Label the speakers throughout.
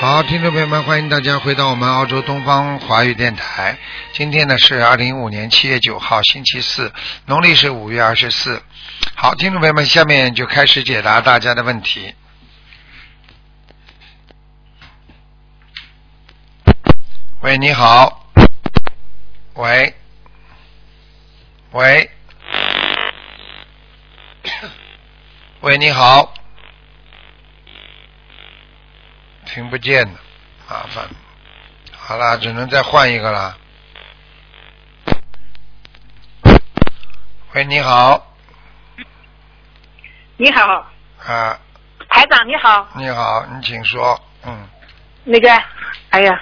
Speaker 1: 好，听众朋友们，欢迎大家回到我们澳洲东方华语电台。今天呢是二零一五年七月九号，星期四，农历是五月二十四。好，听众朋友们，下面就开始解答大家的问题。喂，你好。喂，喂，喂，你好。听不见的，麻烦。好啦，只能再换一个啦。喂，你好，
Speaker 2: 你好，
Speaker 1: 啊，
Speaker 2: 台长你好，
Speaker 1: 你好，你请说，嗯，
Speaker 2: 那个，哎呀，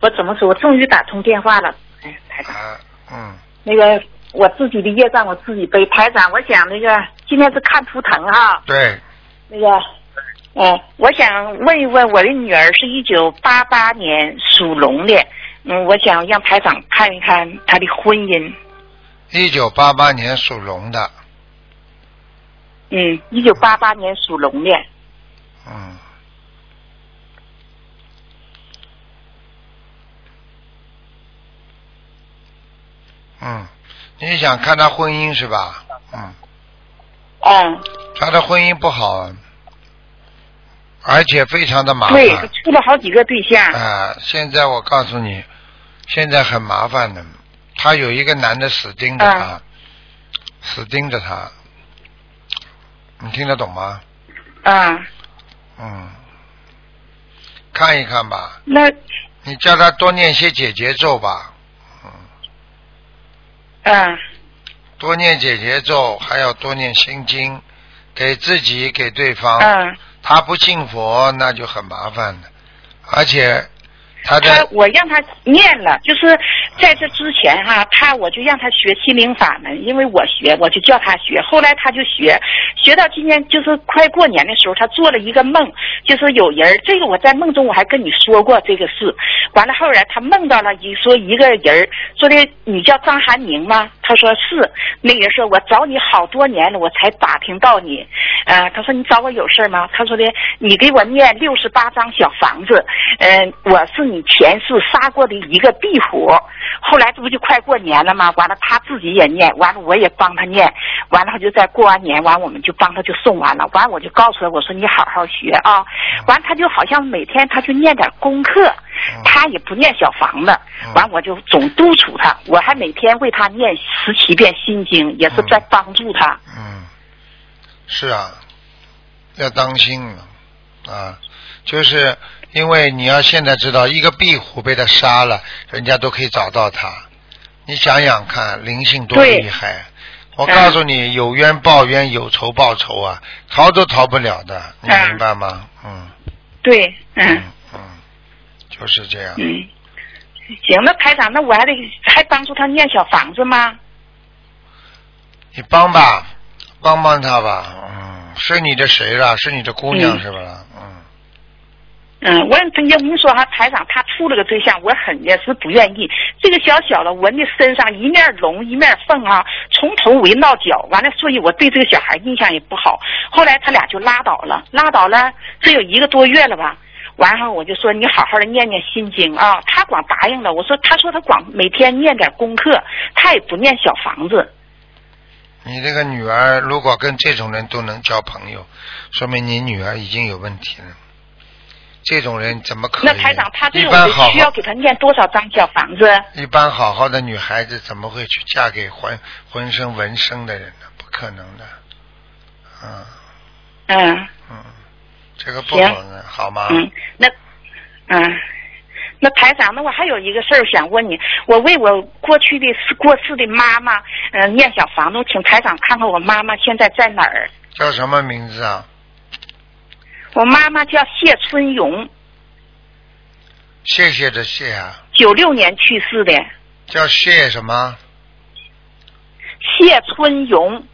Speaker 2: 我怎么说？我终于打通电话了。哎呀，台长，
Speaker 1: 啊，嗯，
Speaker 2: 那个我自己的业障我自己背。台长，我想那个今天是看图腾哈，
Speaker 1: 对，
Speaker 2: 那个，嗯，我想问一问我的女儿是一九八八年属龙的，嗯，我想让台长看一看她的婚姻。
Speaker 1: 一九八八年属龙的，
Speaker 2: 嗯，一九八八年属龙的，
Speaker 1: 嗯，嗯，你想看他婚姻是吧？嗯，
Speaker 2: 嗯，
Speaker 1: 他的婚姻不好啊，而且非常的麻烦。
Speaker 2: 对，处了好几个对象，
Speaker 1: 啊，现在我告诉你，现在很麻烦的，他有一个男的死盯着他，死盯着他，你听得懂吗？
Speaker 2: 嗯，
Speaker 1: 嗯，看一看吧，
Speaker 2: 那，
Speaker 1: 你叫他多念些解结咒吧，
Speaker 2: 嗯，
Speaker 1: 多念解结咒，还要多念心经，给自己给对方。
Speaker 2: 嗯。
Speaker 1: 他不信佛，那就很麻烦的，而且他的
Speaker 2: 他我让他念了，就是在这之前哈、他我就让他学心灵法门，因为我学，我就叫他学。后来他就学，学到今年就是快过年的时候，他做了一个梦，就是有人儿，这个我在梦中我还跟你说过这个事。完了后来他梦到了一说一个人儿，说的你叫张涵宁吗？他说是。那人说我找你好多年了，我才打听到你。呃，他说你找我有事儿吗？他说的你给我念六十八张小房子，嗯、我是你前世杀过的一个壁虎。后来这不就快过年了吗？完了他自己也念，完了我也帮他念，完了他就在过完年，完我们就帮他就送完了，完我就告诉他我说你好好学啊，完他就好像每天他就念点功课。
Speaker 1: 嗯
Speaker 2: 他也不念小房子，完我就总督促他，我还每天为他念十七遍心经，也是在帮助他。
Speaker 1: 嗯，是啊，要当心了啊！就是因为你要现在知道，一个壁虎被他杀了，人家都可以找到他。你想想看，灵性多
Speaker 2: 对
Speaker 1: 厉害！我告诉你，有冤报冤，有仇报仇啊，逃都逃不了的，你
Speaker 2: 嗯
Speaker 1: 明白吗？嗯
Speaker 2: 对，嗯
Speaker 1: 嗯嗯，就是这样。
Speaker 2: 嗯，行，那台长，那我还得还帮助他念小房子吗？
Speaker 1: 你帮吧，帮帮他吧。嗯，是你的谁了？是你的姑娘
Speaker 2: 嗯
Speaker 1: 是吧？嗯。
Speaker 2: 嗯，我曾经您说哈，台长他处了个对象，我很也是不愿意。这个小小的纹的身上一面龙一面凤啊，从头围到脚，完了，所以我对这个小孩印象也不好。后来他俩就拉倒了，拉倒了，这有一个多月了吧。完后我就说你好好的念念心经啊，他光答应了。我说他说他光每天念点功课，他也不念小房子。
Speaker 1: 你这个女儿如果跟这种人都能交朋友，说明你女儿已经有问题了。这种人怎么可以？
Speaker 2: 那台长他这
Speaker 1: 一
Speaker 2: 种
Speaker 1: 般
Speaker 2: 人
Speaker 1: 好
Speaker 2: 需要给他念多少张小房子？
Speaker 1: 一般好好的女孩子怎么会去嫁给浑浑身纹身的人呢？不可能的。嗯
Speaker 2: 嗯。
Speaker 1: 嗯，这个不可能，好吗？
Speaker 2: 嗯，那，嗯，那台长，那我还有一个事儿想问你，我为我过去的死过世的妈妈，嗯、念小房子，我请台长看看我妈妈现在在哪儿。
Speaker 1: 叫什么名字啊？
Speaker 2: 我妈妈叫谢春勇，
Speaker 1: 谢谢的谢啊，
Speaker 2: 九六年去世的，
Speaker 1: 叫谢什么？
Speaker 2: 谢春勇，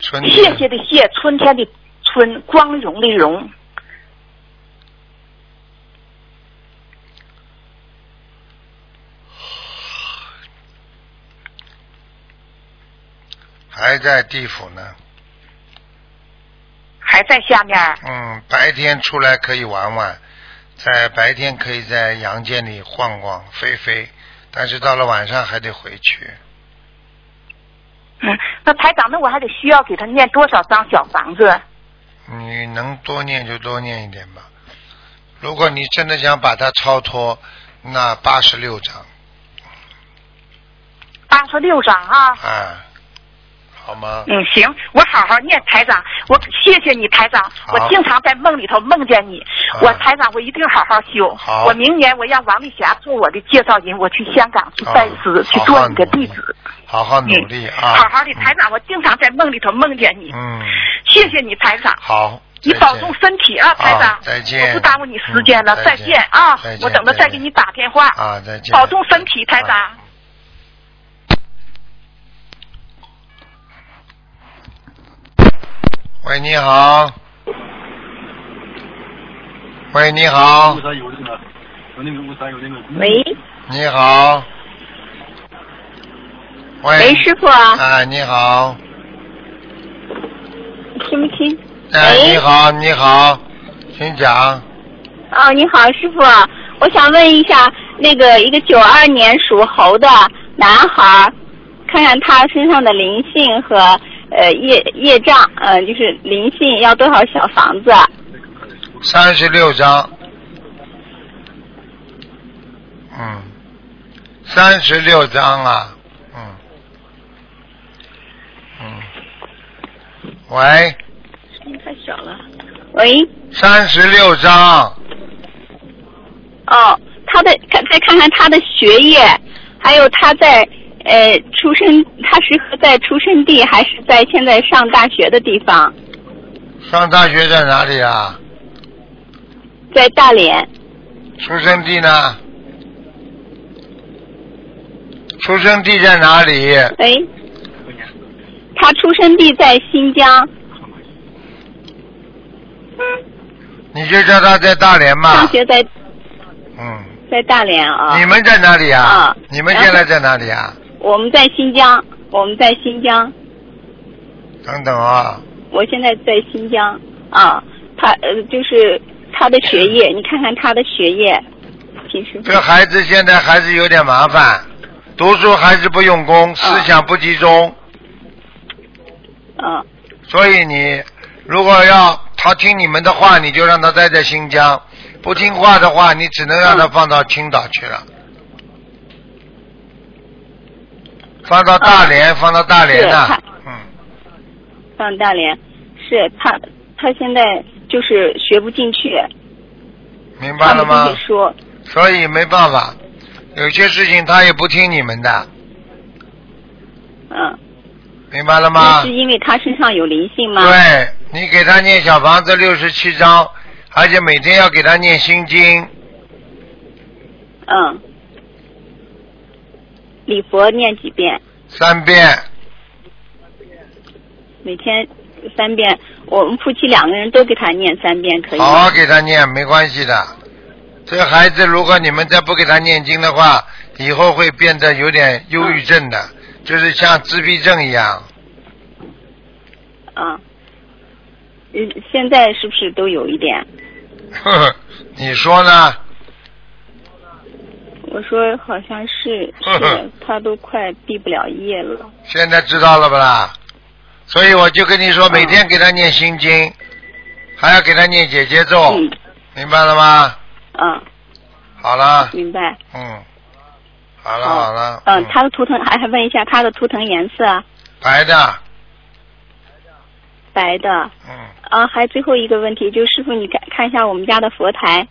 Speaker 1: 春天
Speaker 2: 谢谢的谢，春天的春，光荣的荣，
Speaker 1: 还在地府呢。
Speaker 2: 还在下面儿。
Speaker 1: 嗯，白天出来可以玩玩，在白天可以在阳间里晃晃飞飞，但是到了晚上还得回去。
Speaker 3: 嗯，那台长，那我还得需要给他念多少张小房子？
Speaker 1: 你能多念就多念一点吧。如果你真的想把它超脱，那八十六章
Speaker 3: 八十六张啊。
Speaker 1: 啊，好吗？
Speaker 3: 嗯，行，我好好念台长，我谢谢你台长，
Speaker 1: 好
Speaker 3: 我经常在梦里头梦见你，
Speaker 1: 啊
Speaker 3: 我台长我一定好好修，
Speaker 1: 好
Speaker 3: 我明年我让王丽霞做我的介绍人，我去香港去拜师、
Speaker 1: 啊
Speaker 3: 去做你的弟子，
Speaker 1: 好好努力啊！
Speaker 3: 嗯好好的台长，我经常在梦里头梦见你，
Speaker 1: 嗯，
Speaker 3: 谢谢你台长，
Speaker 1: 好，
Speaker 3: 你
Speaker 1: 再
Speaker 3: 保
Speaker 1: 见
Speaker 3: 重身体啊，台长，
Speaker 1: 啊再见
Speaker 3: 我不耽误你时间了，
Speaker 1: 嗯再
Speaker 3: 再
Speaker 1: 见
Speaker 3: 见啊
Speaker 1: 再，见
Speaker 3: 我等着
Speaker 1: 再见
Speaker 3: 再给你打电话，
Speaker 1: 啊！再见，
Speaker 3: 保重身体，台长。
Speaker 1: 啊喂，你好。喂，你好
Speaker 4: 五，三有那个，有那个五三有那个。
Speaker 5: 喂，
Speaker 1: 你好。喂，
Speaker 5: 喂，师傅啊，
Speaker 1: 啊，你好，
Speaker 5: 听不清？
Speaker 1: 哎，
Speaker 5: 喂
Speaker 1: 你好，你好，请讲。
Speaker 5: 哦，你好，师傅，我想问一下，那个一个九二年属猴的男孩儿，看看他身上的灵性和呃业业障，呃，就是灵性要多少小房子？
Speaker 1: 三十六章，嗯，三十六章啊，嗯，嗯，喂，
Speaker 5: 太小了。喂，
Speaker 1: 三十六章，
Speaker 5: 哦，他的看再看看他的学业，还有他在呃出生，他是在出生地还是在现在上大学的地方？
Speaker 1: 上大学在哪里啊？
Speaker 5: 在大连。
Speaker 1: 出生地呢？出生地在哪里？
Speaker 5: 喂，他出生地在新疆，
Speaker 1: 你就叫他在大连
Speaker 5: 上
Speaker 1: 嘛。
Speaker 5: 学在
Speaker 1: 嗯，
Speaker 5: 在大连啊。
Speaker 1: 你们在哪里啊
Speaker 5: 啊？
Speaker 1: 你们现在在哪里啊？
Speaker 5: 我们在新疆，我们在新疆，
Speaker 1: 等等啊，
Speaker 5: 我现在在新疆啊。他呃，就是他的学业，你看看他的学业，平时
Speaker 1: 嗯这孩子现在还是有点麻烦，读书还是不用
Speaker 5: 啊
Speaker 1: 功，思想不集中，
Speaker 5: 嗯、
Speaker 1: 所以你如果要他听你们的话，你就让他待在新疆；不听话的话，你只能让他放到青岛去了，
Speaker 5: 嗯
Speaker 1: 放到大连，放到大连呐、
Speaker 5: 啊是
Speaker 1: 嗯，
Speaker 5: 上大连，是他他现在就是学不进去，
Speaker 1: 明白
Speaker 5: 看
Speaker 1: 了
Speaker 5: 不
Speaker 1: 吗
Speaker 5: 进去？书，
Speaker 1: 所以没办法，有些事情他也不听你们的，
Speaker 5: 嗯，
Speaker 1: 明白了
Speaker 5: 那
Speaker 1: 吗？
Speaker 5: 是因为他身上有灵性吗？
Speaker 1: 对你给他念小房子六十七章，而且每天要给他念心经，
Speaker 5: 嗯，礼佛念几遍？
Speaker 1: 三遍，
Speaker 5: 每天三遍，我们夫妻两个人都给他念三遍，可以
Speaker 1: 好啊好
Speaker 5: 吗？
Speaker 1: 给他念，没关系的。这孩子，如果你们再不给他念经的话，以后会变得有点忧郁症的，就是像自闭症一样。
Speaker 5: 啊，嗯，现在是不是都有一点？
Speaker 1: 呵呵，你说呢？
Speaker 5: 我说好像是，
Speaker 1: 嗯
Speaker 5: 是的他都快毕不了业了。
Speaker 1: 现在知道了吧啦？所以我就跟你说，
Speaker 5: 嗯
Speaker 1: 每天给他念心经，还要给他念姐姐咒，
Speaker 5: 嗯，
Speaker 1: 明白了吗？
Speaker 5: 啊，
Speaker 1: 好了，
Speaker 5: 明白。
Speaker 1: 嗯，好了
Speaker 5: 好
Speaker 1: 好了，
Speaker 5: 嗯，他的图腾还还问一下他的图腾颜色啊，
Speaker 1: 白的，
Speaker 5: 白的。
Speaker 1: 嗯，
Speaker 5: 啊，还最后一个问题，就师傅你看看一下我们家的佛台，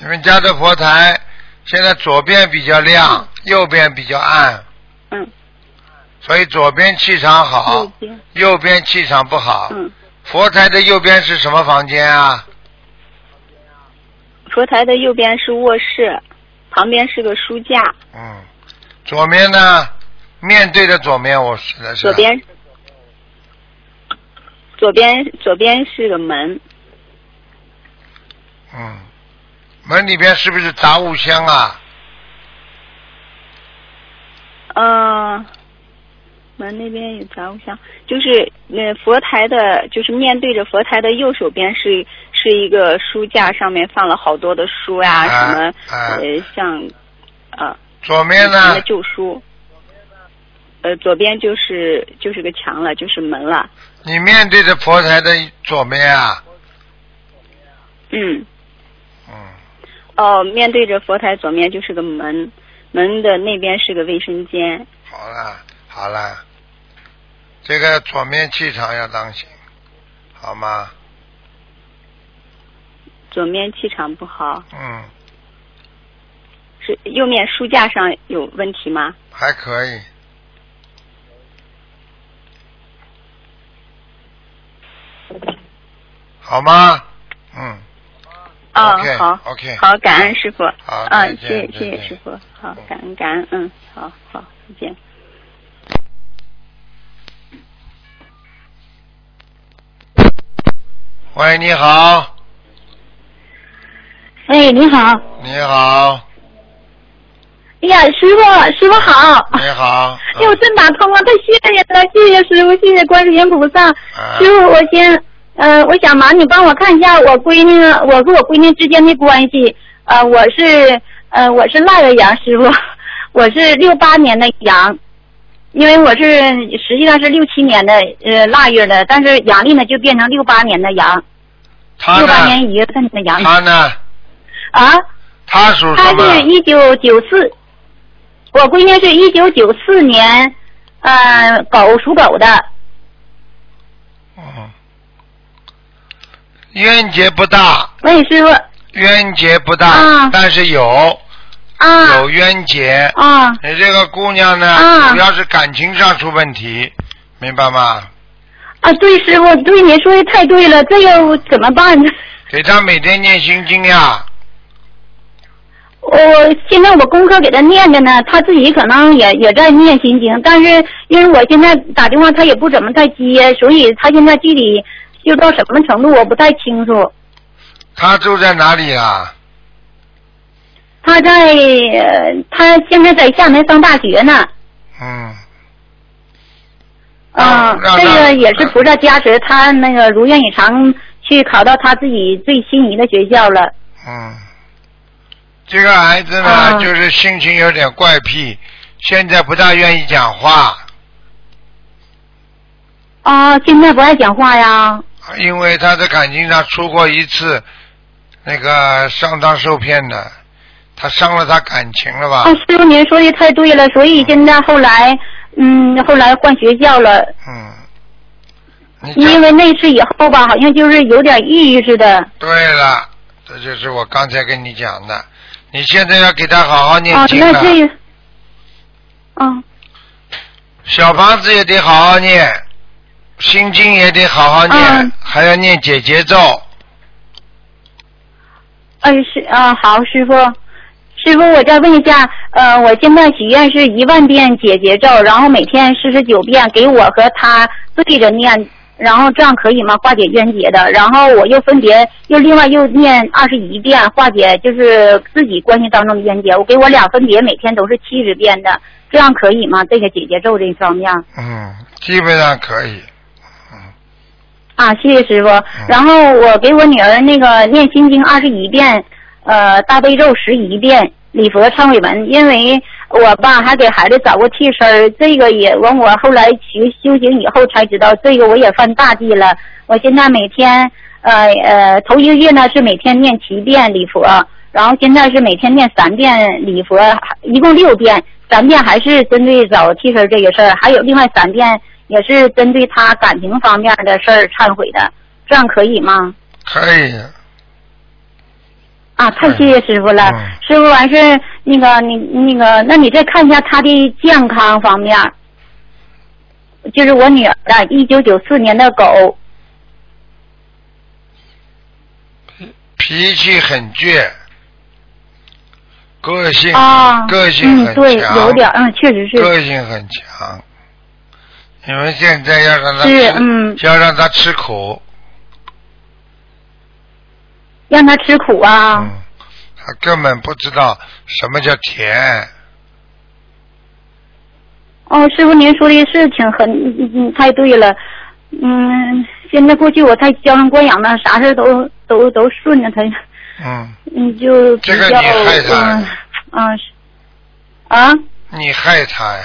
Speaker 1: 你们家的佛台现在左边比较亮，右边比较暗，
Speaker 5: 嗯，
Speaker 1: 所以左边气场好，
Speaker 5: 右边，
Speaker 1: 右边气场不好。
Speaker 5: 嗯，
Speaker 1: 佛台的右边是什么房间啊？
Speaker 5: 佛台的右边是卧室，旁边是个书架，
Speaker 1: 嗯，左面呢？面对着左面，我指的是
Speaker 5: 左边，左边左边是个门，
Speaker 1: 嗯，门里边是不是杂物箱啊？
Speaker 5: 嗯、呃门那边有杂物箱，就是呃佛台的，就是面对着佛台的右手边是是一个书架，上面放了好多的书呀、
Speaker 1: 啊
Speaker 5: 什么
Speaker 1: 啊
Speaker 5: 呃像呃
Speaker 1: 左
Speaker 5: 以
Speaker 1: 面
Speaker 5: 前
Speaker 1: 呢
Speaker 5: 的？旧书，呃左边就是就是个墙了，就是门了，
Speaker 1: 你面对着佛台的左面啊？
Speaker 5: 嗯
Speaker 1: 嗯，
Speaker 5: 哦面对着佛台左面就是个门，门的那边是个卫生间，
Speaker 1: 好了好了，这个左面气场要当心，好吗？
Speaker 5: 左面气场不好，
Speaker 1: 嗯，
Speaker 5: 是右面书架上有问题吗？
Speaker 1: 还可以。好吗？嗯
Speaker 5: 啊、
Speaker 1: OK，
Speaker 5: 好
Speaker 1: OK
Speaker 5: 好，感恩师傅，
Speaker 1: 好再见
Speaker 5: 嗯，
Speaker 1: 再
Speaker 5: 谢谢谢
Speaker 1: 见
Speaker 5: 谢师傅，好，感恩感恩，嗯，好好，再见。
Speaker 1: 喂，你好，
Speaker 6: 哎，你好，
Speaker 1: 你好，
Speaker 6: 哎呀，师傅，师傅好，
Speaker 1: 你好。
Speaker 6: 哎呦，真打通了，太谢谢了，谢谢师傅，谢谢观世音菩萨。
Speaker 1: 啊
Speaker 6: 师傅，我先，呃，我想麻烦你帮我看一下我闺女，我和我闺女之间的关系。呃，我是，呃，我是腊月羊，师傅，我是六八年的羊，因为我是实际上是六七年的，呃，腊月的，但是阳历呢就变成六八年的羊，
Speaker 1: 他
Speaker 6: 六八
Speaker 1: 呢？
Speaker 6: 年一月份的羊。
Speaker 1: 他呢？
Speaker 6: 啊，
Speaker 1: 他属
Speaker 6: 他
Speaker 1: 什么？
Speaker 6: 是一九九四，我闺女是一九九四年，呃，狗属狗的。
Speaker 1: 嗯，冤结不大，
Speaker 6: 喂，师傅
Speaker 1: 冤结不大，
Speaker 6: 啊
Speaker 1: 但是有
Speaker 6: 啊
Speaker 1: 有冤结。
Speaker 6: 啊
Speaker 1: 你这个姑娘呢，
Speaker 6: 啊
Speaker 1: 主要是感情上出问题，明白吗？
Speaker 6: 啊！对，师傅，对，你说的太对了，这个我怎么办呢？
Speaker 1: 给她每天念心经呀，
Speaker 6: 我现在我功课给他念着呢，他自己可能也也在念心经，但是因为我现在打电话他也不怎么太接，所以他现在具体修到什么程度我不太清楚。
Speaker 1: 她住在哪里啊？
Speaker 6: 他在、呃他现在在厦门上大学呢。
Speaker 1: 嗯，
Speaker 6: 啊
Speaker 1: 让，
Speaker 6: 这
Speaker 1: 让
Speaker 6: 个也是菩萨加持，他那个如愿以偿去考到他自己最心仪的学校了。
Speaker 1: 嗯，这个孩子呢，
Speaker 6: 啊
Speaker 1: 就是性情有点怪癖，现在不大愿意讲话，
Speaker 6: 啊，现在不爱讲话呀。
Speaker 1: 因为他在感情上出过一次那个上当受骗的，他伤了他感情了吧
Speaker 6: 啊，？师傅您说的太对了，所以现在后来，嗯，后来换学校了，
Speaker 1: 嗯，你
Speaker 6: 哦因
Speaker 1: 讲
Speaker 6: 为那次以后吧，好像就是有点抑郁似的。
Speaker 1: 对了，这就是我刚才跟你讲的，你现在要给他好好念
Speaker 6: 啊，
Speaker 1: 经
Speaker 6: 那
Speaker 1: 了，
Speaker 6: 这，啊
Speaker 1: 小房子也得好好念，心经也得好好念，
Speaker 6: 嗯
Speaker 1: 还要念解结咒。
Speaker 6: 哎是啊，好师傅，师傅我再问一下，呃，我现在许愿是一万遍解结咒，然后每天四十九遍给我和他对着念，然后这样可以吗？化解冤结的。然后我又分别又另外又念二十一遍，化解就是自己关系当中的冤结。我给我俩分别每天都是七十遍的，这样可以吗？这个解结咒这一方面。
Speaker 1: 嗯，基本上可以。嗯，
Speaker 6: 啊，谢谢师傅。然后我给我女儿那个念心经二十一遍，呃，大悲咒十一遍，礼佛忏悔文。因为我吧还给孩子找过替身儿，这个也完我后来修修行以后才知道，这个我也犯大忌了。我现在每天呃呃头一个月呢是每天念七遍礼佛，然后现在是每天念三遍礼佛，一共六遍，三遍还是针对找替身这个事儿，还有另外三遍也是针对他感情方面的事儿忏悔的，这样可以吗？
Speaker 1: 可以。
Speaker 6: 啊，太谢谢师傅了，
Speaker 1: 嗯
Speaker 6: 师傅完事儿那个你那个，那你再看一下他的健康方面，就是我女儿的，一九九四年的狗，
Speaker 1: 脾气很倔，个性、
Speaker 6: 啊，
Speaker 1: 个性
Speaker 6: 嗯，
Speaker 1: 很
Speaker 6: 对，
Speaker 1: 强，
Speaker 6: 有点儿，嗯，确实是，
Speaker 1: 个性很强。你们现在要让他
Speaker 6: 是
Speaker 1: 吃，
Speaker 6: 嗯
Speaker 1: 要让他吃苦，
Speaker 6: 让他吃苦啊，
Speaker 1: 嗯，他根本不知道什么叫甜，
Speaker 6: 哦，师傅，您说的事情很嗯嗯太对了。嗯，现在过去我太娇生惯养了，啥事儿都都都顺着他，
Speaker 1: 嗯，
Speaker 6: 嗯，就比
Speaker 1: 这个你
Speaker 6: 较
Speaker 1: 害他
Speaker 6: 嗯啊是啊，
Speaker 1: 你害他呀，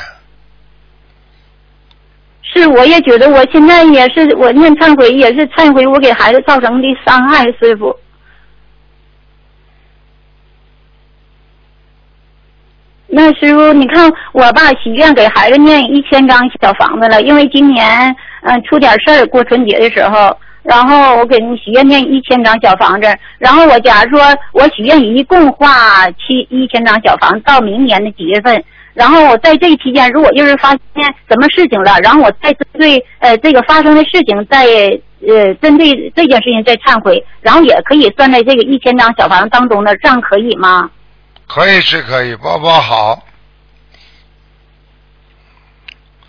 Speaker 6: 是我也觉得我现在也是我念忏悔也是忏悔我给孩子造成的伤害，师傅。那师傅，你看我爸许愿给孩子念一千张小房子了，因为今年嗯、出点事儿，过春节的时候，然后我给你许愿念一千张小房子，然后我假如说我许愿一共画七一千张小房子到明年的几月份，然后我在这期间如果就是发现什么事情了，然后我再针对呃这个发生的事情再呃针对这件事情再忏悔，然后也可以算在这个一千张小房子当中的，这样可以吗？
Speaker 1: 可以是可以，包包好。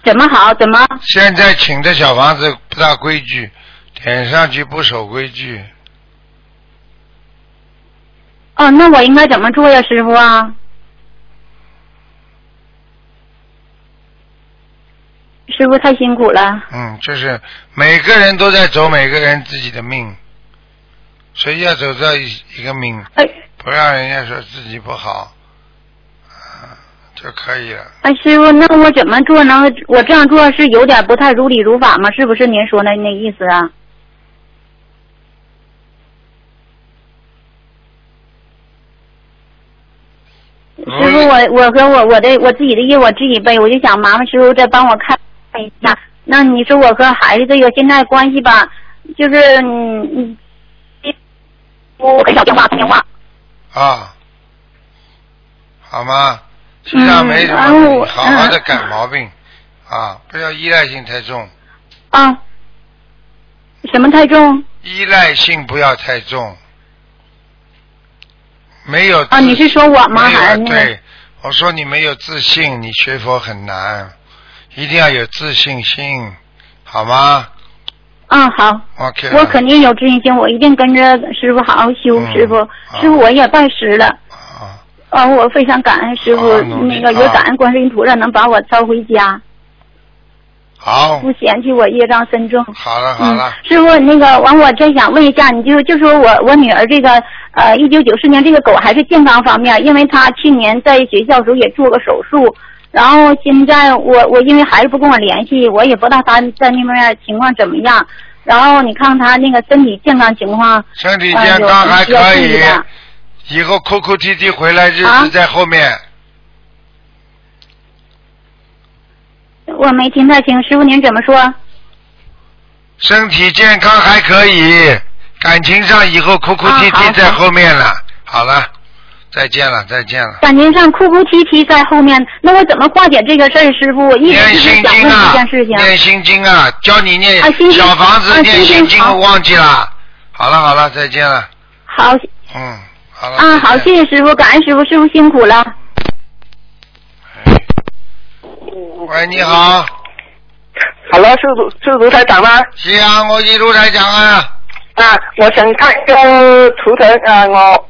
Speaker 6: 怎么好？怎么？
Speaker 1: 现在请的小房子不大规矩，点上去不守规矩，
Speaker 6: 哦，那我应该怎么做呀，师傅啊？师傅太辛苦了。
Speaker 1: 嗯，就是每个人都在走每个人自己的命，谁要走这一一个命，
Speaker 6: 哎
Speaker 1: 不让人家说自己不好，啊就可以了。
Speaker 6: 哎，师傅，那我怎么做能？我这样做是有点不太如理如法吗？是不是您说的那意思啊？师傅，我我和我我的我自己的业我自己背，我就想麻烦师傅再帮我看一下。那你说我和孩子这个现在关系吧，就是嗯嗯，我给小电话打电话。
Speaker 1: 啊，好吗？其他没什么
Speaker 6: 嗯嗯然后
Speaker 1: 问
Speaker 6: 我
Speaker 1: 题，好好的改毛病，啊，不要依赖性太重，
Speaker 6: 啊，什么太重？
Speaker 1: 依赖性不要太重，没有自
Speaker 6: 啊，你是说我吗？
Speaker 1: 没有
Speaker 6: 还是那个？
Speaker 1: 对，我说你没有自信，你学佛很难，一定要有自信心，好吗
Speaker 6: 嗯，好，
Speaker 1: ？OK 了。
Speaker 6: 我肯定有自信心，我一定跟着师傅好好修。
Speaker 1: 嗯
Speaker 6: 师傅
Speaker 1: 好，
Speaker 6: 师傅我也拜师了，
Speaker 1: 啊，
Speaker 6: 啊，我非常感恩师
Speaker 1: 好好
Speaker 6: 傅，
Speaker 1: 努力
Speaker 6: 那个也
Speaker 1: 啊
Speaker 6: 感恩观世音菩萨能把我捎回家，
Speaker 1: 好，
Speaker 6: 不嫌弃我业障深重。
Speaker 1: 好了好
Speaker 6: 嗯
Speaker 1: 了，，
Speaker 6: 师傅，那个完，我再想问一下，你就就说我我女儿这个呃，一九九四年这个狗还是健康方面，因为她去年在学校时候也做过手术，然后现在我我因为孩子不跟我联系，我也不知道她在那边情况怎么样，然后你看她那个身体健康情况，
Speaker 1: 身体
Speaker 6: 呃
Speaker 1: 健
Speaker 6: 有
Speaker 1: 康还
Speaker 6: 需要
Speaker 1: 可
Speaker 6: 注意
Speaker 1: 以，
Speaker 6: 的
Speaker 1: 以后哭哭啼啼回来日
Speaker 6: 啊
Speaker 1: 子在后面。
Speaker 6: 我没听太清，师傅您怎么说？
Speaker 1: 身体健康还可以，感情上以后哭哭啼
Speaker 6: 啊好
Speaker 1: 啼在后面了。好了，再见了，再见了。
Speaker 6: 感情上哭哭啼啼在后面，那我怎么化解这个事儿？师傅，我一直
Speaker 1: 念
Speaker 6: 一直
Speaker 1: 心
Speaker 6: 想
Speaker 1: 经
Speaker 6: 问
Speaker 1: 啊
Speaker 6: 这件事，情。
Speaker 1: 念心经啊，教你念
Speaker 6: 啊心经
Speaker 1: 小房子
Speaker 6: 啊
Speaker 1: 念
Speaker 6: 心
Speaker 1: 心
Speaker 6: 经
Speaker 1: 经，
Speaker 6: 好
Speaker 1: 我忘记了。好了好了，再见了。
Speaker 6: 好
Speaker 1: 嗯，好了。
Speaker 6: 啊，
Speaker 1: 再见
Speaker 6: 好，谢谢师傅，感恩师傅，师傅辛苦了。
Speaker 1: 哎喂，你好，
Speaker 7: 好了，是卢是卢台长吗？
Speaker 1: 西安我一路台讲啊。
Speaker 7: 啊，我想看一个图腾啊，我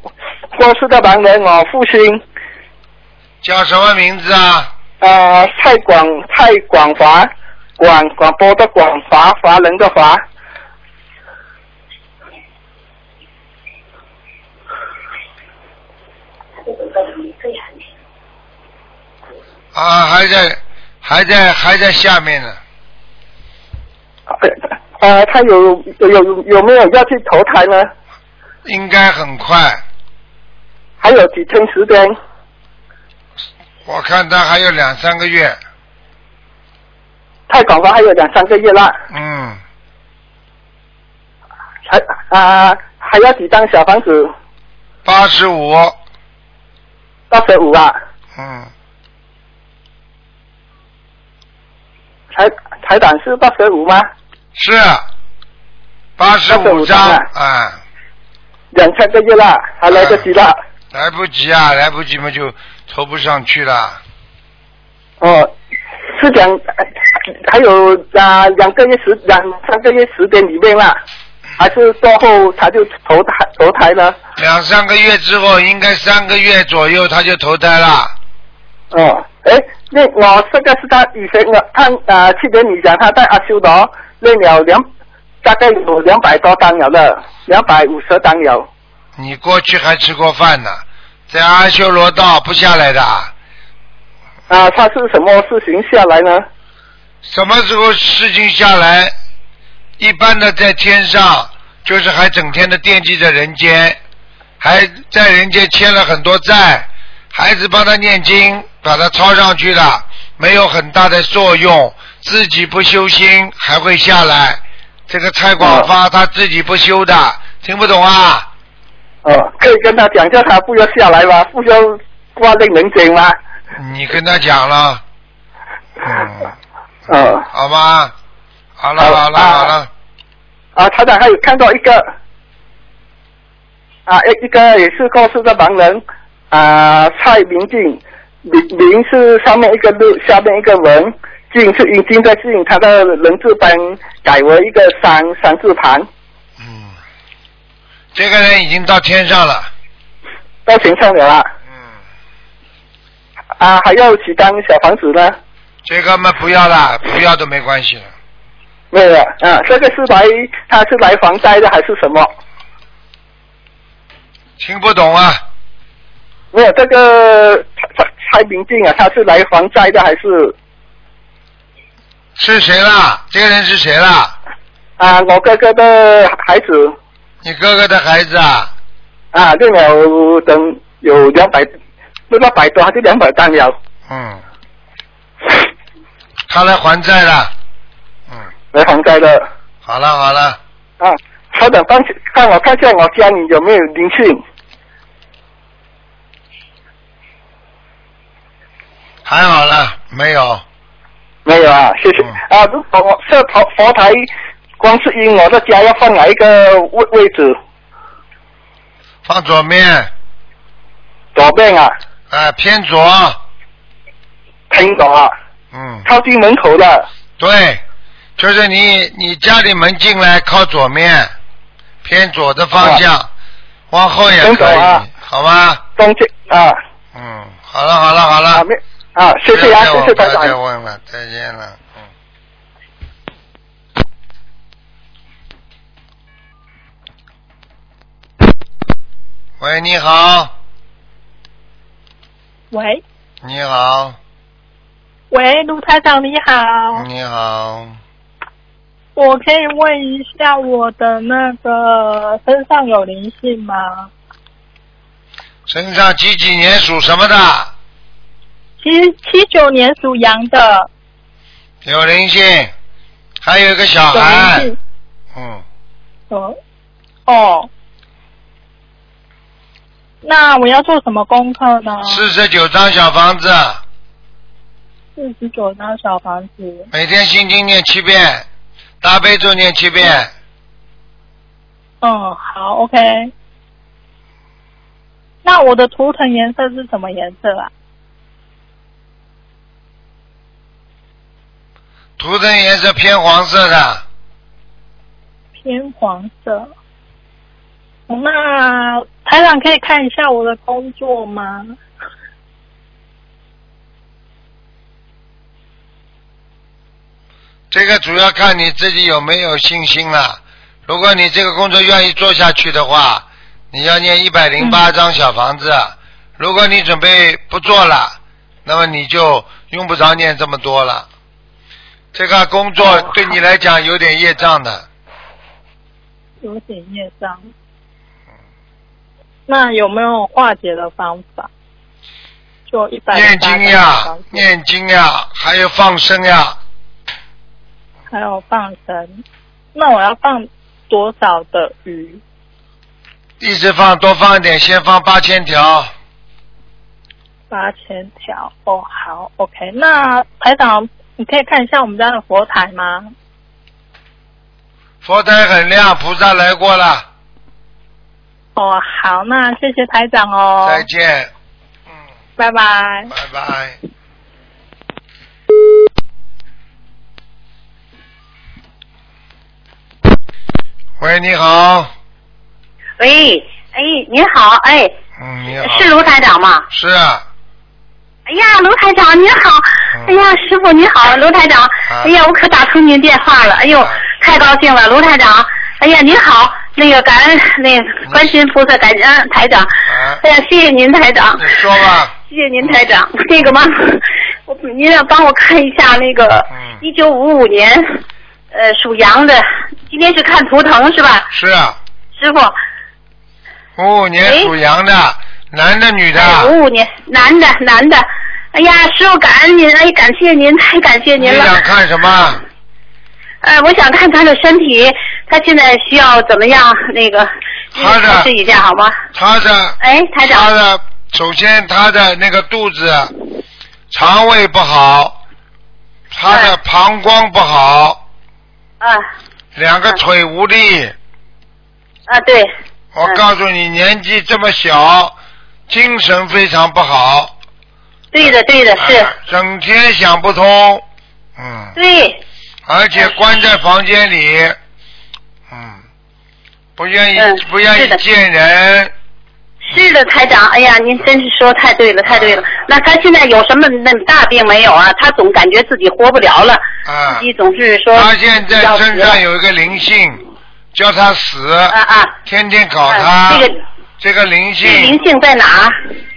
Speaker 7: 过世的亡人，我父亲
Speaker 1: 叫什么名字啊？
Speaker 7: 啊，蔡广蔡广华，广广播的广华，华人的华。
Speaker 1: 啊，还在，还在，还在下面呢。
Speaker 7: 呃，他有有有有没有要去投胎呢？
Speaker 1: 应该很快，
Speaker 7: 还有几天时间？
Speaker 1: 我看他还有两三个月。
Speaker 7: 蔡广华还有两三个月啦，
Speaker 1: 嗯，
Speaker 7: 还啊还要几张小房子？
Speaker 1: 八十五，
Speaker 7: 二十五啊，
Speaker 1: 嗯，
Speaker 7: 台台长是二十五吗？
Speaker 1: 是八十五
Speaker 7: 85
Speaker 1: 张
Speaker 7: 张了
Speaker 1: 啊、
Speaker 7: 两三个月啦，还来得及啦。
Speaker 1: 来不及啊，来不及嘛就投不上去了。
Speaker 7: 哦，是讲呃还有啊两个月时两三个月时间里面啦，还是过后他就投胎投胎了？
Speaker 1: 两三个月之后，应该三个月左右他就投胎了。
Speaker 7: 哦，哎，那我这个是他以前我他啊、去年你讲他在阿修罗练了两大概有两百多单了的，两百五十单了。
Speaker 1: 你过去还吃过饭呢，在阿修罗道不下来的啊，
Speaker 7: 啊，他是什么事情下来呢？
Speaker 1: 什么时候事情下来？一般的在天上，就是还整天的惦记着人间，还在人间欠了很多债，孩子帮他念经，把他抄上去了，没有很大的作用，自己不修心还会下来。这个蔡广发他自己不修的，听不懂啊？
Speaker 7: 哦，可以跟他讲叫他不要下来吗？不要挂在人间吗？
Speaker 1: 你跟他讲了，嗯，
Speaker 7: 嗯，
Speaker 1: 好吗？好了
Speaker 7: 好
Speaker 1: 好了
Speaker 7: 啊
Speaker 1: 好了，
Speaker 7: 啊，台长还有看到一个，啊，一一个也是过世的盲人，啊，蔡明静，明明是上面一个路，下面一个文，静是阴静的静，他的人字旁改为一个三三字旁，
Speaker 1: 嗯，这个人已经到天上了，
Speaker 7: 到形上了啦。
Speaker 1: 嗯。
Speaker 7: 啊，还要几张小房子呢？
Speaker 1: 这个嘛不要了，不要都没关系了。
Speaker 7: 没有了啊，这个是来他是来还债的还是什么？
Speaker 1: 听不懂啊？
Speaker 7: 没有这个蔡蔡蔡明静啊，他是来还债的还是
Speaker 1: 是谁啦？这个人是谁啦？
Speaker 7: 啊我哥哥的孩子？
Speaker 1: 你哥哥的孩子啊？
Speaker 7: 啊，这秒等有两百，不到百多还是两百单了。
Speaker 1: 嗯，他来还债了。嗯，
Speaker 7: 来还债的
Speaker 1: 好了好了，
Speaker 7: 啊，稍等，帮看我看一下我家里有没有灵性
Speaker 1: 还好了，没有。
Speaker 7: 没有啊？谢谢、
Speaker 1: 嗯
Speaker 7: 啊。如果我设佛佛台光是因我的家要放哪一个位位置？
Speaker 1: 放左面，
Speaker 7: 左边啊，
Speaker 1: 哎，偏左。
Speaker 7: 听懂啊？
Speaker 1: 嗯，
Speaker 7: 靠近门口的
Speaker 1: 对，就是你你家里门进来靠左面，偏左的方向，往后也
Speaker 7: 偏左
Speaker 1: 可以，
Speaker 7: 啊
Speaker 1: 好吧？
Speaker 7: 中间啊
Speaker 1: 嗯，好了好了好了。
Speaker 7: 啊没啊，谢谢啊，谢谢台
Speaker 1: 不要再
Speaker 7: 长。
Speaker 1: 问了，再见了。嗯。嗯喂，你好，
Speaker 8: 喂
Speaker 1: 你好，
Speaker 8: 喂，卢台长你好，
Speaker 1: 你好，
Speaker 8: 我可以问一下我的那个身上有灵性吗？
Speaker 1: 身上几几年属什么的？
Speaker 8: 七七九年属羊的
Speaker 1: 有灵性，还有一个小
Speaker 8: 有灵
Speaker 1: 孩
Speaker 8: 性，，
Speaker 1: 嗯，
Speaker 8: 哦哦，那我要做什么功课呢？
Speaker 1: 四十九张小房子，
Speaker 8: 四十九张小房子，
Speaker 1: 每天心经念七遍，大悲咒念七遍，
Speaker 8: 嗯，好，OK。那我的图腾颜色是什么颜色啊？
Speaker 1: 图腾颜色偏黄色的，
Speaker 8: 偏黄色。哦那台长可以看一下我的工作吗？
Speaker 1: 这个主要看你自己有没有信心了。如果你这个工作愿意做下去的话，你要念一百零
Speaker 8: 嗯
Speaker 1: 八张小房子。啊如果你准备不做了，那么你就用不着念这么多了。这个工作
Speaker 8: 哦
Speaker 1: 对你来讲有点业障的，
Speaker 8: 有点业障。那有没有化解的方法？就一百
Speaker 1: 念经呀，念经呀，还有放生呀，
Speaker 8: 还有放生。那我要放多少的鱼？
Speaker 1: 一直放，多放一点，先放八千条。
Speaker 8: 八千条哦，好，OK。那台长，你可以看一下我们家的佛台吗？
Speaker 1: 佛台很亮，菩萨来过了，
Speaker 8: 哦，好，那谢谢台长哦，
Speaker 1: 再见，
Speaker 8: 拜拜。
Speaker 1: 拜拜。 喂，你好，
Speaker 9: 喂，哎，您好，哎，
Speaker 1: 嗯，你好，
Speaker 9: 是卢台长吗？
Speaker 1: 是啊，
Speaker 9: 哎呀，卢台长您好，
Speaker 1: 嗯
Speaker 9: 哎呀，师傅你好，卢台长，哎呀，我可打通您电话了，哎呦，
Speaker 1: 嗯
Speaker 9: 太高兴了，卢台长，哎呀，您好，那个感恩那个观世音菩萨，感恩台长，哎呀，谢谢您台长，
Speaker 1: 嗯你说吧，
Speaker 9: 谢谢您台长，那个嘛，我您要帮我看一下那个
Speaker 1: 嗯
Speaker 9: 一九五五年，呃，属羊的，今天是看图腾是吧？
Speaker 1: 是啊，
Speaker 9: 师傅，
Speaker 1: 五五年属羊的，男的女的，啊
Speaker 9: 五五年哎男的男的，哎呀，师傅感恩您，哎，感谢您， 太感谢
Speaker 1: 你
Speaker 9: 您了。
Speaker 1: 想看什么？
Speaker 9: 呃，我想看他的身体，他现在需要怎么样？那个，
Speaker 1: 他的
Speaker 9: 试一下好吗？
Speaker 1: 他的，
Speaker 9: 哎，台
Speaker 1: 长，他的首先他的那个肚子、肠胃不好，他的膀胱不好，
Speaker 9: 啊
Speaker 1: 两个腿无力。
Speaker 9: 啊，对。
Speaker 1: 我告诉你，年纪这么小，精神非常不好，哎
Speaker 9: 对的，对的，是，
Speaker 1: 整天想不通，嗯
Speaker 9: 对，
Speaker 1: 而且关在房间里，嗯，不愿意、
Speaker 9: 嗯
Speaker 1: 不愿
Speaker 9: 是
Speaker 1: 意
Speaker 9: 的
Speaker 1: 见人。
Speaker 9: 是的，台长，哎呀，您真是说太对了，太对了。那他现在有什么那大病没有啊？他总感觉自己活不了了，
Speaker 1: 啊
Speaker 9: 自己总是说
Speaker 1: 他现在
Speaker 9: 要死
Speaker 1: 身
Speaker 9: 了
Speaker 1: 上有一个灵性，叫他死，天天搞他，
Speaker 9: 啊这个
Speaker 1: 这个灵性，
Speaker 9: 这灵性在哪？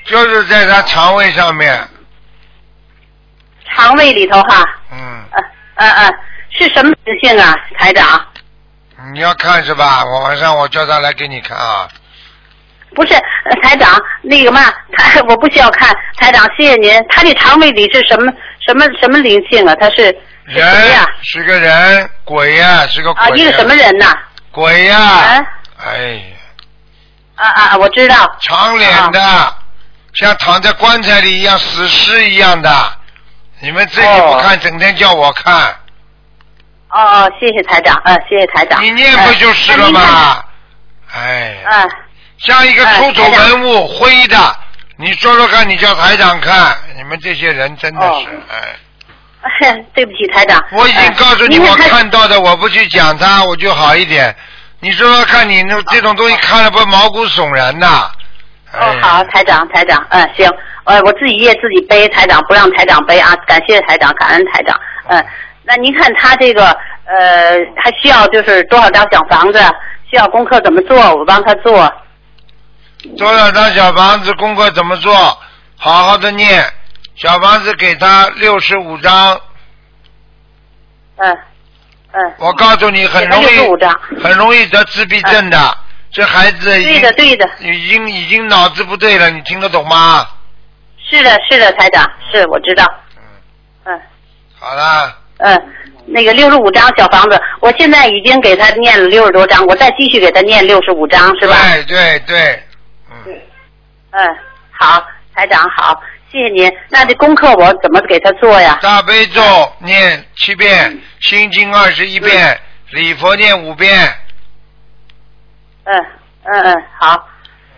Speaker 1: 就是在他肠胃上面，
Speaker 9: 肠胃里头哈。
Speaker 1: 嗯。
Speaker 9: 嗯嗯，是什么灵性啊，台长？
Speaker 1: 你要看是吧？我晚上我叫他来给你看啊，
Speaker 9: 不是呃台长，那个嘛， 台我不需要看台长，谢谢您。他这肠胃里是什么什么什么灵性啊？他是
Speaker 1: 人是个人，鬼呀、是个鬼、
Speaker 9: 啊，一个什么人？呐、
Speaker 1: 鬼呀、
Speaker 9: 啊
Speaker 1: 哎呀，
Speaker 9: 啊啊啊！我知道。
Speaker 1: 长脸的，
Speaker 9: 啊
Speaker 1: 像躺在棺材里一样，死尸一样的。你们自己不看，整天叫我看，
Speaker 9: 哦哦，谢谢台长，啊，谢谢台长。呃
Speaker 1: 你念不就是了
Speaker 9: 啊
Speaker 1: 吗？哎，
Speaker 9: 嗯，
Speaker 1: 像一个出土
Speaker 9: 哎台
Speaker 1: 文
Speaker 9: 长
Speaker 1: 物，灰的。你说说看，你叫台长看，你们这些人真的是，
Speaker 9: 哦
Speaker 1: 哎，
Speaker 9: 呃 对不起，台长。
Speaker 1: 我已经告诉你，
Speaker 9: 呃
Speaker 1: 我
Speaker 9: 您
Speaker 1: 看到的，我不去讲它，我就好一点。你说说看，你那这种东西看了不毛骨悚然呐？哎
Speaker 9: 哦，好，台长，台长，嗯，行，呃，我自己业自己背，台长不让台长背啊，感谢台长，感恩台长，嗯，那您看他这个呃，还需要就是多少张小房子，啊需要功课怎么做，我帮他做，
Speaker 1: 多少张小房子功课怎么做？好好的念，小房子给他六十五张。
Speaker 9: 嗯嗯。
Speaker 1: 我告诉你，很容
Speaker 9: 给他65
Speaker 1: 易，很容易得自闭症的。这孩子已经
Speaker 9: 对的对的，
Speaker 1: 已经已经脑子不对了，你听得懂吗？
Speaker 9: 是的，是的，台长，是我知道，嗯
Speaker 1: 好啦，
Speaker 9: 嗯，那个六十五张小房子，我现在已经给他念了六十多张，我再继续给他念六十五张，是吧？
Speaker 1: 对对对，
Speaker 9: 嗯，好，台长好，谢谢您。那这功课我怎么给他做呀？
Speaker 1: 大悲咒念七遍，心经二十一遍，礼佛念五遍。
Speaker 9: 嗯嗯嗯，好，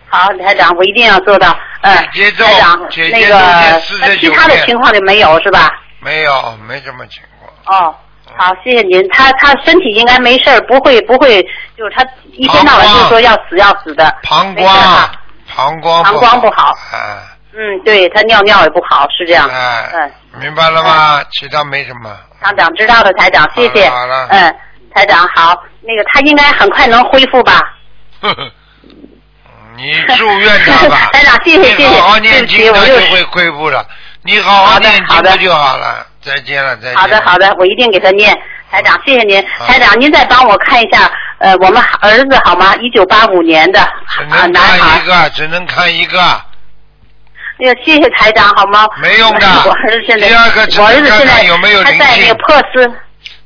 Speaker 9: 好，台长，我一定要做到。嗯，
Speaker 1: 姐姐咒
Speaker 9: 台长，
Speaker 1: 姐
Speaker 9: 那
Speaker 1: 姐咒念
Speaker 9: 个
Speaker 1: 49，
Speaker 9: 那其他的
Speaker 1: 遍
Speaker 9: 情况就没有是吧？
Speaker 1: 没有，没什么情况。
Speaker 9: 哦，好，谢谢您。他他身体应该没事儿，不会不会，就是他一天到晚就说要死要死的，
Speaker 1: 嗯膀
Speaker 9: 没事儿
Speaker 1: 胱
Speaker 9: 哈，
Speaker 1: 膀胱，
Speaker 9: 膀胱不好。
Speaker 1: 啊。
Speaker 9: 嗯，对他尿尿也不好，是这样。
Speaker 1: 哎
Speaker 9: 嗯，
Speaker 1: 明白了吗？其他没什 么。
Speaker 9: 厂长知道了，台长，谢谢。
Speaker 1: 好了好了
Speaker 9: 嗯，台长好，那个他应该很快能恢复吧？
Speaker 1: 呵呵你祝愿他吧。
Speaker 9: 台长谢谢
Speaker 1: 你好好
Speaker 9: 谢谢
Speaker 1: 念经，
Speaker 9: 对不
Speaker 1: 他
Speaker 9: 起
Speaker 1: 就
Speaker 9: 我又
Speaker 1: 会恢复了。你好好
Speaker 9: 好的
Speaker 1: 念经
Speaker 9: 好
Speaker 1: 不
Speaker 9: 的
Speaker 1: 就好了？再见了，再见。
Speaker 9: 好的，好的，我一定给他念。台长，谢谢您。台长，您再帮我看一下，呃，我们儿子好吗？一九八五年的
Speaker 1: 只
Speaker 9: 啊，
Speaker 1: 能
Speaker 9: 男孩
Speaker 1: 看一。个，只能看一个。
Speaker 9: 那个，谢谢台长，好吗？
Speaker 1: 没用的
Speaker 9: 我儿子现在，
Speaker 1: 第二个只能
Speaker 9: 我儿子现
Speaker 1: 看
Speaker 9: 在
Speaker 1: 看有没有
Speaker 9: 他
Speaker 1: 灵
Speaker 9: 在
Speaker 1: 性
Speaker 9: 那个珀斯。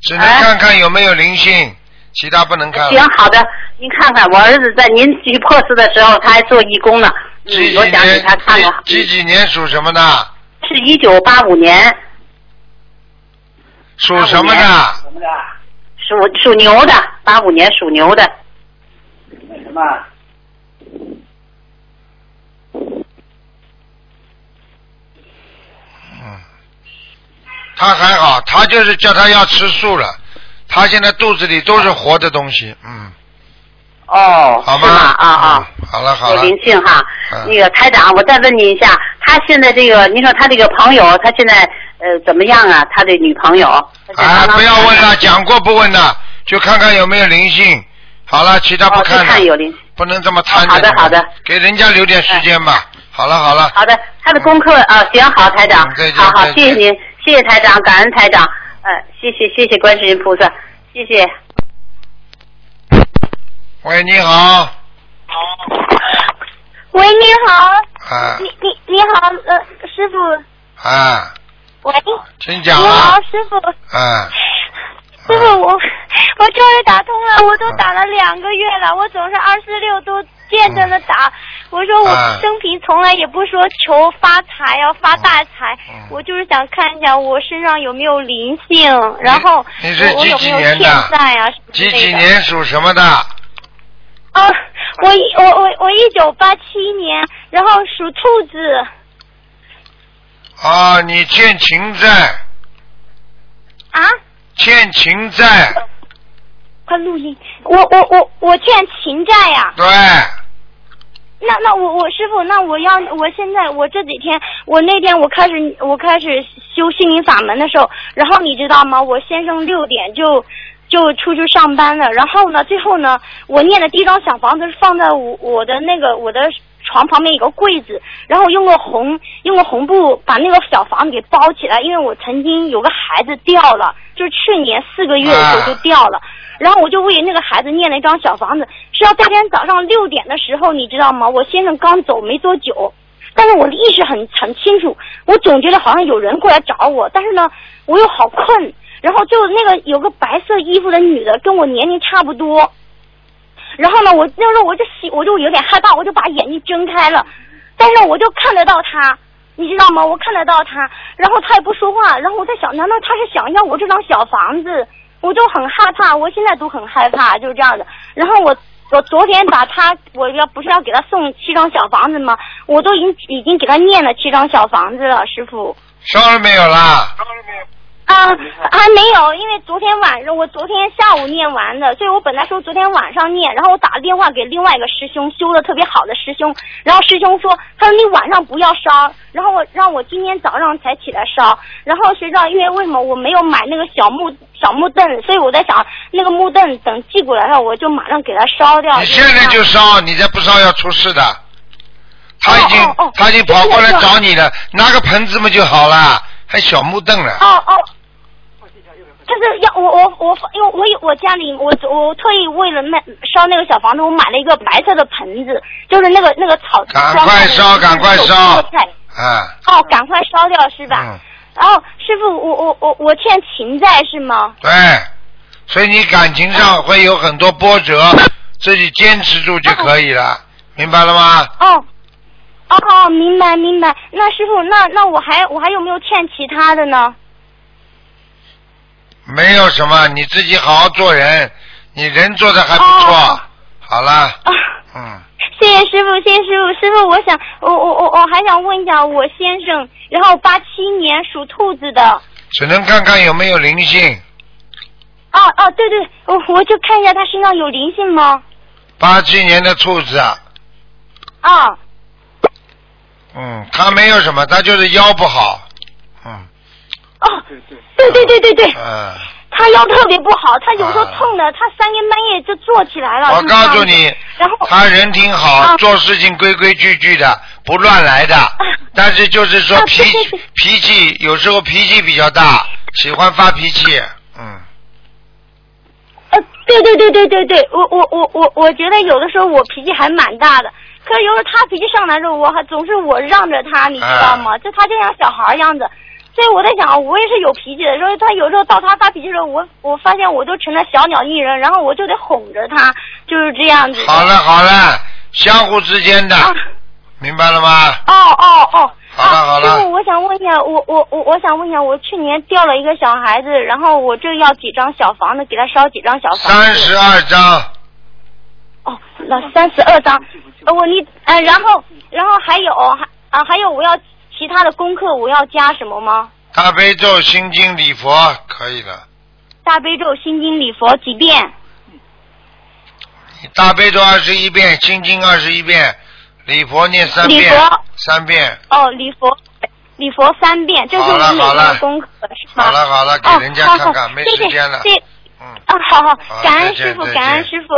Speaker 1: 只
Speaker 9: 啊
Speaker 1: 能看看有没有灵性，其他不能看了。
Speaker 9: 行，好的，您看看，我儿子在您去珀斯的时候，他还做义工呢。嗯
Speaker 1: 几，
Speaker 9: 我
Speaker 1: 几
Speaker 9: 想给
Speaker 1: 年
Speaker 9: 他看看。
Speaker 1: 几几几年属什么的？
Speaker 9: 是一九八五年，
Speaker 1: 属什么的？
Speaker 9: 属属牛的，八五年属牛的。
Speaker 10: 那什么，
Speaker 1: 嗯他还好，他就是叫他要吃素了。他现在肚子里都是活的东西，嗯，
Speaker 9: 哦，
Speaker 1: 好
Speaker 9: 是吗？
Speaker 1: 吧，
Speaker 9: 啊啊。
Speaker 1: 好了好
Speaker 9: 有
Speaker 1: 了，
Speaker 9: 灵性哈
Speaker 1: 嗯。
Speaker 9: 那个台长，我再问您一下，他现在这个，您说他这个朋友，他现在呃呃怎么样啊？他的女朋友
Speaker 1: 啊，不要问了，讲过不问了，就看看有没有灵性。好了，其他不看了。
Speaker 9: 哦就看有灵
Speaker 1: 不能这么贪、
Speaker 9: 好的好的，嗯
Speaker 1: 给人家留点时间吧。好了好了，
Speaker 9: 好的，他的功课啊，行好，台长
Speaker 1: 嗯再，见
Speaker 9: 好好
Speaker 1: 再，见
Speaker 9: 谢谢您，谢谢台长，感恩台长，呃，谢谢谢谢观世音菩萨，谢谢。
Speaker 1: 喂，你好，
Speaker 10: 喂，你好，
Speaker 1: 啊
Speaker 10: 你你你好，呃，师傅，
Speaker 1: 啊，
Speaker 10: 喂，
Speaker 1: 请讲
Speaker 10: 你
Speaker 1: 啊
Speaker 10: 好，师傅，
Speaker 1: 啊，
Speaker 10: 师傅，哦我我终于打通了，我都打了两个月了，我总是二四六都见着的打。我说我
Speaker 11: 啊
Speaker 10: 生平从来也不说求发财要发大财，
Speaker 1: 嗯啊
Speaker 10: 我就是想看一下我身上有没有灵性，然后
Speaker 1: 你是
Speaker 10: 我我
Speaker 1: 几
Speaker 10: 有
Speaker 1: 几
Speaker 10: 没有
Speaker 1: 年
Speaker 10: 欠
Speaker 1: 的
Speaker 10: 债啊什么之
Speaker 1: 几
Speaker 10: 类的。
Speaker 1: 几年属什么的？
Speaker 10: 啊，我一我我我一九八七年，然后属兔子。
Speaker 1: 啊，你欠情债。
Speaker 10: 啊？
Speaker 1: 欠情债，
Speaker 10: 快录音！我我我我欠情债呀、
Speaker 1: 对，
Speaker 10: 那那我我师傅，那我要我现在我这几天我那天我开始我开始修心灵法门的时候，然后你知道吗？我先生六点就就出去上班了，然后呢，最后呢，我念的第一张小房子是放在我我的那个我的床旁边有个柜子，然后用个红用个红布把那个小房子给包起来，因为我曾经有个孩子掉了，就是去年四个月的时候就掉了。然后我就为那个孩子念了一张小房子，是要当天早上六点的时候，你知道吗？我先生刚走没多久，但是我的意识很很清楚，我总觉得好像有人过来找我，但是呢，我又好困。然后就那个有个白色衣服的女的，跟我年龄差不多。然后呢，我那时候我就喜，我就有点害怕，我就把眼睛睁开了，但是我就看得到她，你知道吗？我看得到她，然后她也不说话，然后我在想，难道她是想要我这张小房子？我就很害怕，我现在都很害怕，就是这样的。然后我我昨天把她，我要不是要给她送七张小房子吗？我都已经已经给她念了七张小房子了，师傅。
Speaker 1: 烧了没有啦？
Speaker 10: 啊，还没有，因为昨天晚上我昨天下午念完的，所以我本来说昨天晚上念，然后我打了电话给另外一个师兄，修的特别好的师兄，然后师兄说，他说你晚上不要烧，然后我让我今天早上才起来烧，然后谁知道因为为什么我没有买那个小木小木凳，所以我在想那个木凳等寄过来了我就马上给它烧掉。
Speaker 1: 你现在就烧，你再不烧要出事的。他已经、
Speaker 10: 哦
Speaker 1: 他已经跑过来找你了，拿个盆子嘛就好了，还小木凳呢。
Speaker 10: 哦哦。就是要我我我，因为我有我家里我我特意为了卖烧那个小房子，我买了一个白色的盆子，就是那个那个草。
Speaker 1: 赶快烧赶快烧啊，
Speaker 10: 哦，赶快烧掉是吧？
Speaker 1: 嗯
Speaker 10: 然后师傅，我我我我欠情债是吗？
Speaker 1: 对，所以你感情上会有很多波折，自己坚持住就可以了，明白了吗？
Speaker 10: 哦，哦哦，明白明白。那师傅，那那我还我还有没有欠其他的呢？
Speaker 1: 没有什么，你自己好好做人，你人做的还不错，好了，嗯，
Speaker 10: 哦谢谢师傅，谢谢师傅，师傅，我想我我我我还想问一下我先生，然后八七年属兔子的。
Speaker 1: 只能看看有没有灵性。
Speaker 10: 哦哦，对对，我我就看一下他身上有灵性吗？
Speaker 1: 八七年的兔子啊，
Speaker 10: 啊、
Speaker 1: 嗯，他没有什么，他就是腰不好，嗯，
Speaker 10: 哦，对对对对对，
Speaker 1: 嗯，
Speaker 10: 他腰特别不好，他有时候痛的，他三更半夜就坐起来了。
Speaker 1: 啊我
Speaker 10: 就这样
Speaker 1: 告
Speaker 10: 子
Speaker 1: 诉你，
Speaker 10: 然后啊
Speaker 1: 他人挺
Speaker 10: 哦
Speaker 1: 好，做事情规规矩矩的，不乱来 的，但是就是说
Speaker 10: 哦
Speaker 1: 脾气脾气有时候脾气比较大，喜欢发脾气，嗯，
Speaker 10: 呃对对对对对对，我我我我我觉得有的时候我脾气还蛮大的，可是有时候他脾气上来的时候，我还总是我让着他，你知道
Speaker 1: 啊
Speaker 10: 吗？就他就像小孩儿样子。所以我在想，我也是有脾气的。所以他有时候到他发脾气的时候，我我发现我都成了小鸟依人，然后我就得哄着他，就是这样子的。啊
Speaker 1: 好了好了，相互之间的，明白了吗？
Speaker 10: 哦哦哦，
Speaker 1: 好了好
Speaker 10: 师
Speaker 1: 了，
Speaker 10: 傅，我想问一下，我我我我想问一下，我去年掉了一个小孩子，然后我这要几张小房子，给他烧几张小房子？
Speaker 1: 三十二章，
Speaker 10: 哦，那三十二张。呃，我你呃，然后然后还有还啊，还有我要其他的功课，我要加什么吗？
Speaker 1: 大悲咒心经礼佛可以了。
Speaker 10: 大悲咒、心经、礼佛几遍？
Speaker 1: 大悲咒二十一遍，心经二十一遍，礼佛念三遍
Speaker 10: 礼佛，
Speaker 1: 三遍，
Speaker 10: 哦，礼佛礼佛三遍，这是
Speaker 1: 好
Speaker 10: 我
Speaker 1: 了
Speaker 10: 每
Speaker 1: 好
Speaker 10: 天
Speaker 1: 了
Speaker 10: 的功课，是吗？
Speaker 1: 好了好了，给
Speaker 10: 哦
Speaker 1: 人家
Speaker 10: 好
Speaker 1: 看看，
Speaker 10: 好
Speaker 1: 没
Speaker 10: 谢
Speaker 1: 时
Speaker 10: 谢
Speaker 1: 间了。嗯
Speaker 10: 谢啊，好好
Speaker 1: 好，
Speaker 10: 感
Speaker 1: 再
Speaker 10: 恩
Speaker 1: 见
Speaker 10: 师傅
Speaker 1: 再，
Speaker 10: 感恩
Speaker 1: 见
Speaker 10: 师傅，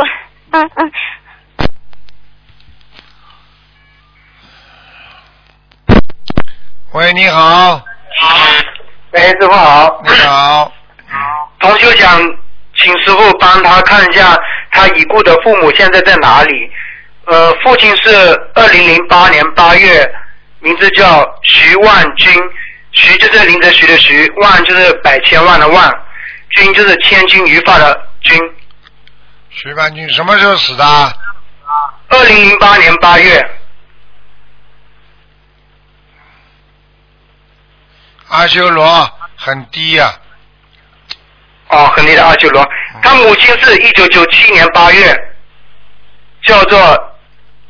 Speaker 10: 嗯嗯。
Speaker 1: 喂，你好，
Speaker 11: 喂，师傅好。
Speaker 1: 你好。
Speaker 11: 同修想请师傅帮他看一下他已故的父母现在在哪里。呃，父亲是二零零八年八月，名字叫徐万军，徐就是林则徐的徐，万就是百千万的万，军就是千钧一发的军。
Speaker 1: 徐万军什么时候死的啊？
Speaker 11: 二零零八年八月，
Speaker 1: 阿修罗很低呀、
Speaker 11: 哦，很厉害阿修罗。他母亲是一九九七年八月，叫做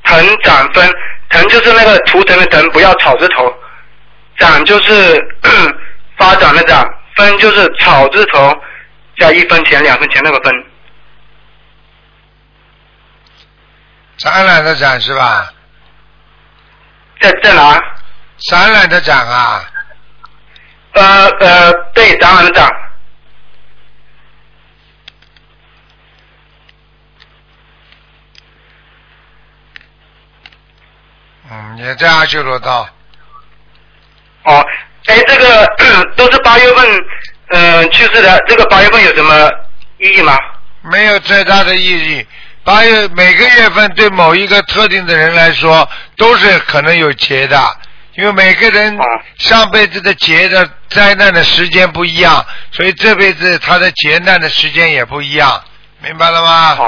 Speaker 11: 藤展芬，藤就是那个图腾的藤，不要草字头，展就是 发展的展，芬就是草字头加一分钱两分钱那个分。
Speaker 1: 展览的展是吧？
Speaker 11: 在在哪？
Speaker 1: 展览的展啊，
Speaker 11: 呃呃，对，展览的展。
Speaker 1: 嗯，也在阿修罗道。
Speaker 11: 哦，哎，这个 都是八月份，呃，去世的，这个八月份有什么意义吗？
Speaker 1: 没有太大的意义。八月每个月份对某一个特定的人来说，都是可能有劫的，因为每个人上辈子的劫的灾难的时间不一样，所以这辈子他的劫难的时间也不一样，明白了吗？
Speaker 11: 好，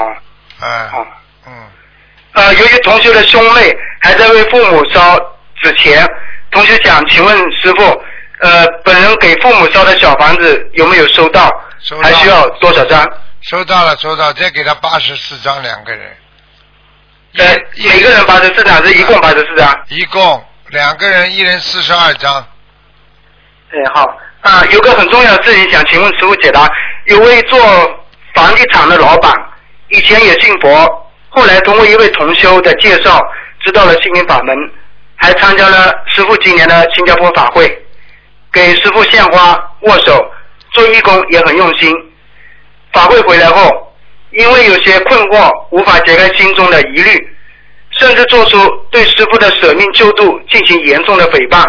Speaker 1: 嗯，
Speaker 11: 好，
Speaker 1: 嗯，
Speaker 11: 呃，由于同学的兄妹还在为父母烧纸钱，同学想请问师傅，呃，本人给父母烧的小房子有没有收到？
Speaker 1: 收到
Speaker 11: 还需要多少张？
Speaker 1: 收到了，收到，再给他八十四张两个人，
Speaker 11: 呃，每个人八十四张，是一共八十四张。
Speaker 1: 一共两个人一人四十二张。
Speaker 11: 哎，好啊，有个很重要的事情想请问师傅解答。有位做房地产的老板，以前也信佛，后来通过一位同修的介绍，知道了心灵法门，还参加了师傅今年的新加坡法会，给师傅献花、握手，做义工也很用心。法会回来后，因为有些困惑，无法解开心中的疑虑，甚至做出对师傅的舍命救度进行严重的诽谤。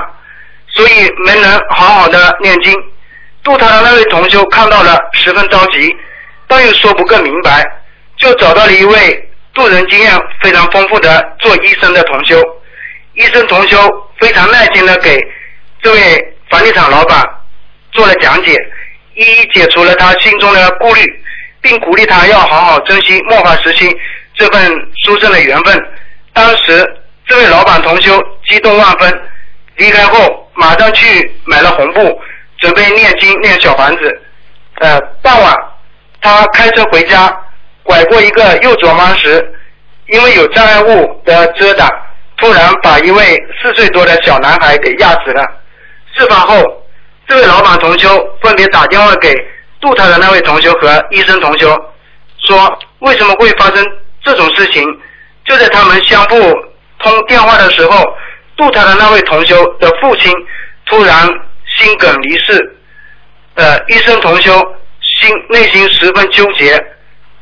Speaker 11: 所以没能好好的念经。渡他的那位同修看到了，十分着急，但又说不更明白，就找到了一位渡人经验非常丰富的做医生的同修。医生同修非常耐心的给这位房地产老板做了讲解，一一解除了他心中的顾虑，并鼓励他要好好珍惜末法时期这份殊胜的缘分。当时，这位老板同修激动万分，离开后，马上去买了红布，准备念经念小房子。呃，傍晚他开车回家，拐过一个右转弯时，因为有障碍物的遮挡，突然把一位四岁多的小男孩给压死了。事发后，这位老板同修分别打电话给渡他的那位同修和医生同修，说为什么会发生这种事情。就在他们相互通电话的时候，渡他的那位同修的父亲突然心梗离世，呃，医生同修心内心十分纠结，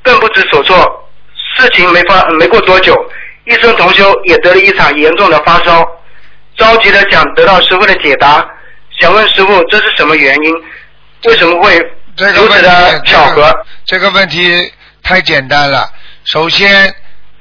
Speaker 11: 更不知所措。事情没发没过多久，医生同修也得了一场严重的发烧，着急的想得到师傅的解答，想问师傅这是什么原因，为什么会
Speaker 1: 这个啊
Speaker 11: 如
Speaker 1: 问
Speaker 11: 此
Speaker 1: 题
Speaker 11: 的巧合？
Speaker 1: 这个问题太简单了。首先，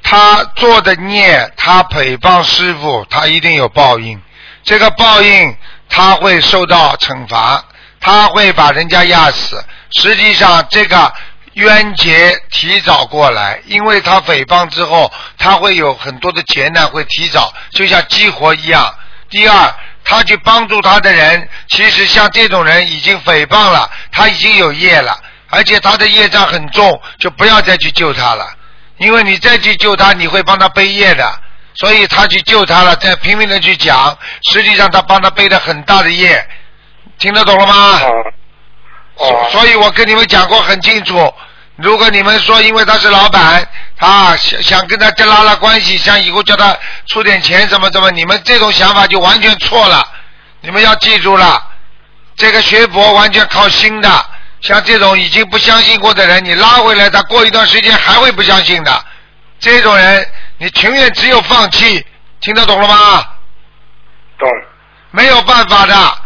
Speaker 1: 他做的孽，他诽谤师傅，他一定有报应。这个报应，他会受到惩罚，他会把人家压死。实际上，这个冤结提早过来，因为他诽谤之后，他会有很多的劫难会提早，就像激活一样。第二，他去帮助他的人，其实像这种人已经诽谤了，他已经有业了，而且他的业障很重，就不要再去救他了，因为你再去救他，你会帮他背业的。所以他去救他了，再拼命的去讲，实际上他帮他背了很大的业，听得懂了吗？所所以，我跟你们讲过很清楚。如果你们说，因为他是老板，啊，想想跟他再拉拉关系，想以后叫他出点钱什么什么，你们这种想法就完全错了。你们要记住了，这个学佛完全靠心的。像这种已经不相信过的人，你拉回来，他过一段时间还会不相信的。这种人，你情愿只有放弃，听得懂了吗？
Speaker 11: 懂。
Speaker 1: 没有办法的，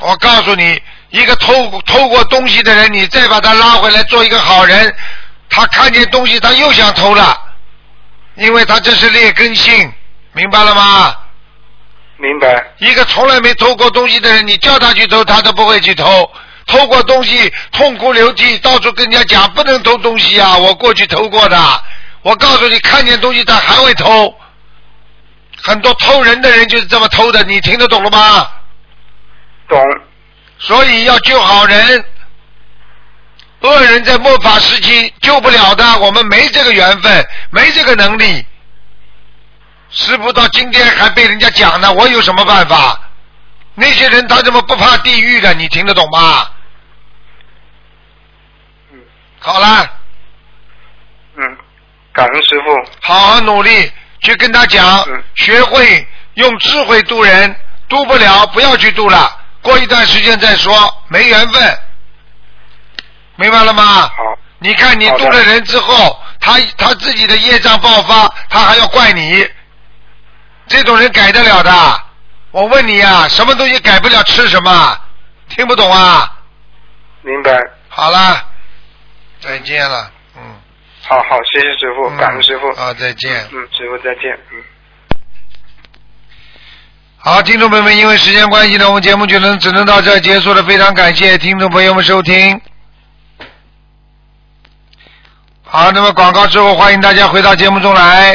Speaker 1: 我告诉你，一个偷偷过东西的人，你再把他拉回来做一个好人，他看见东西他又想偷了，因为他这是劣根性，明白了吗？
Speaker 11: 明白。
Speaker 1: 一个从来没偷过东西的人，你叫他去偷，他都不会去偷。偷过东西，痛哭流涕，到处跟人家讲不能偷东西啊！我过去偷过的，我告诉你，看见东西他还会偷。很多偷人的人就是这么偷的，你听得懂了吗？
Speaker 11: 懂。
Speaker 1: 所以要救好人，恶人在末法时期救不了的，我们没这个缘分，没这个能力。师傅到今天还被人家讲呢，我有什么办法？那些人他怎么不怕地狱的？你听得懂吗？好了，
Speaker 11: 嗯，感恩师傅。
Speaker 1: 好好努力，去跟他讲，学会用智慧度人，度不了不要去度了，过一段时间再说，没缘分，明白了吗？
Speaker 11: 好。
Speaker 1: 你看你
Speaker 11: 好的
Speaker 1: 度了人之后，他他自己的业障爆发，他还要怪你，这种人改得了的？我问你呀、什么东西改不了，吃什么？听不懂啊？
Speaker 11: 明白。
Speaker 1: 好了，再见了，嗯。
Speaker 11: 好好，谢谢师傅，感恩师傅。
Speaker 1: 啊，再见。
Speaker 11: 嗯，师傅再见。嗯。
Speaker 1: 好，听众朋友们，因为时间关系呢，我们节目就能只能到这儿结束了。非常感谢听众朋友们收听。好，那么广告之后，欢迎大家回到节目中来。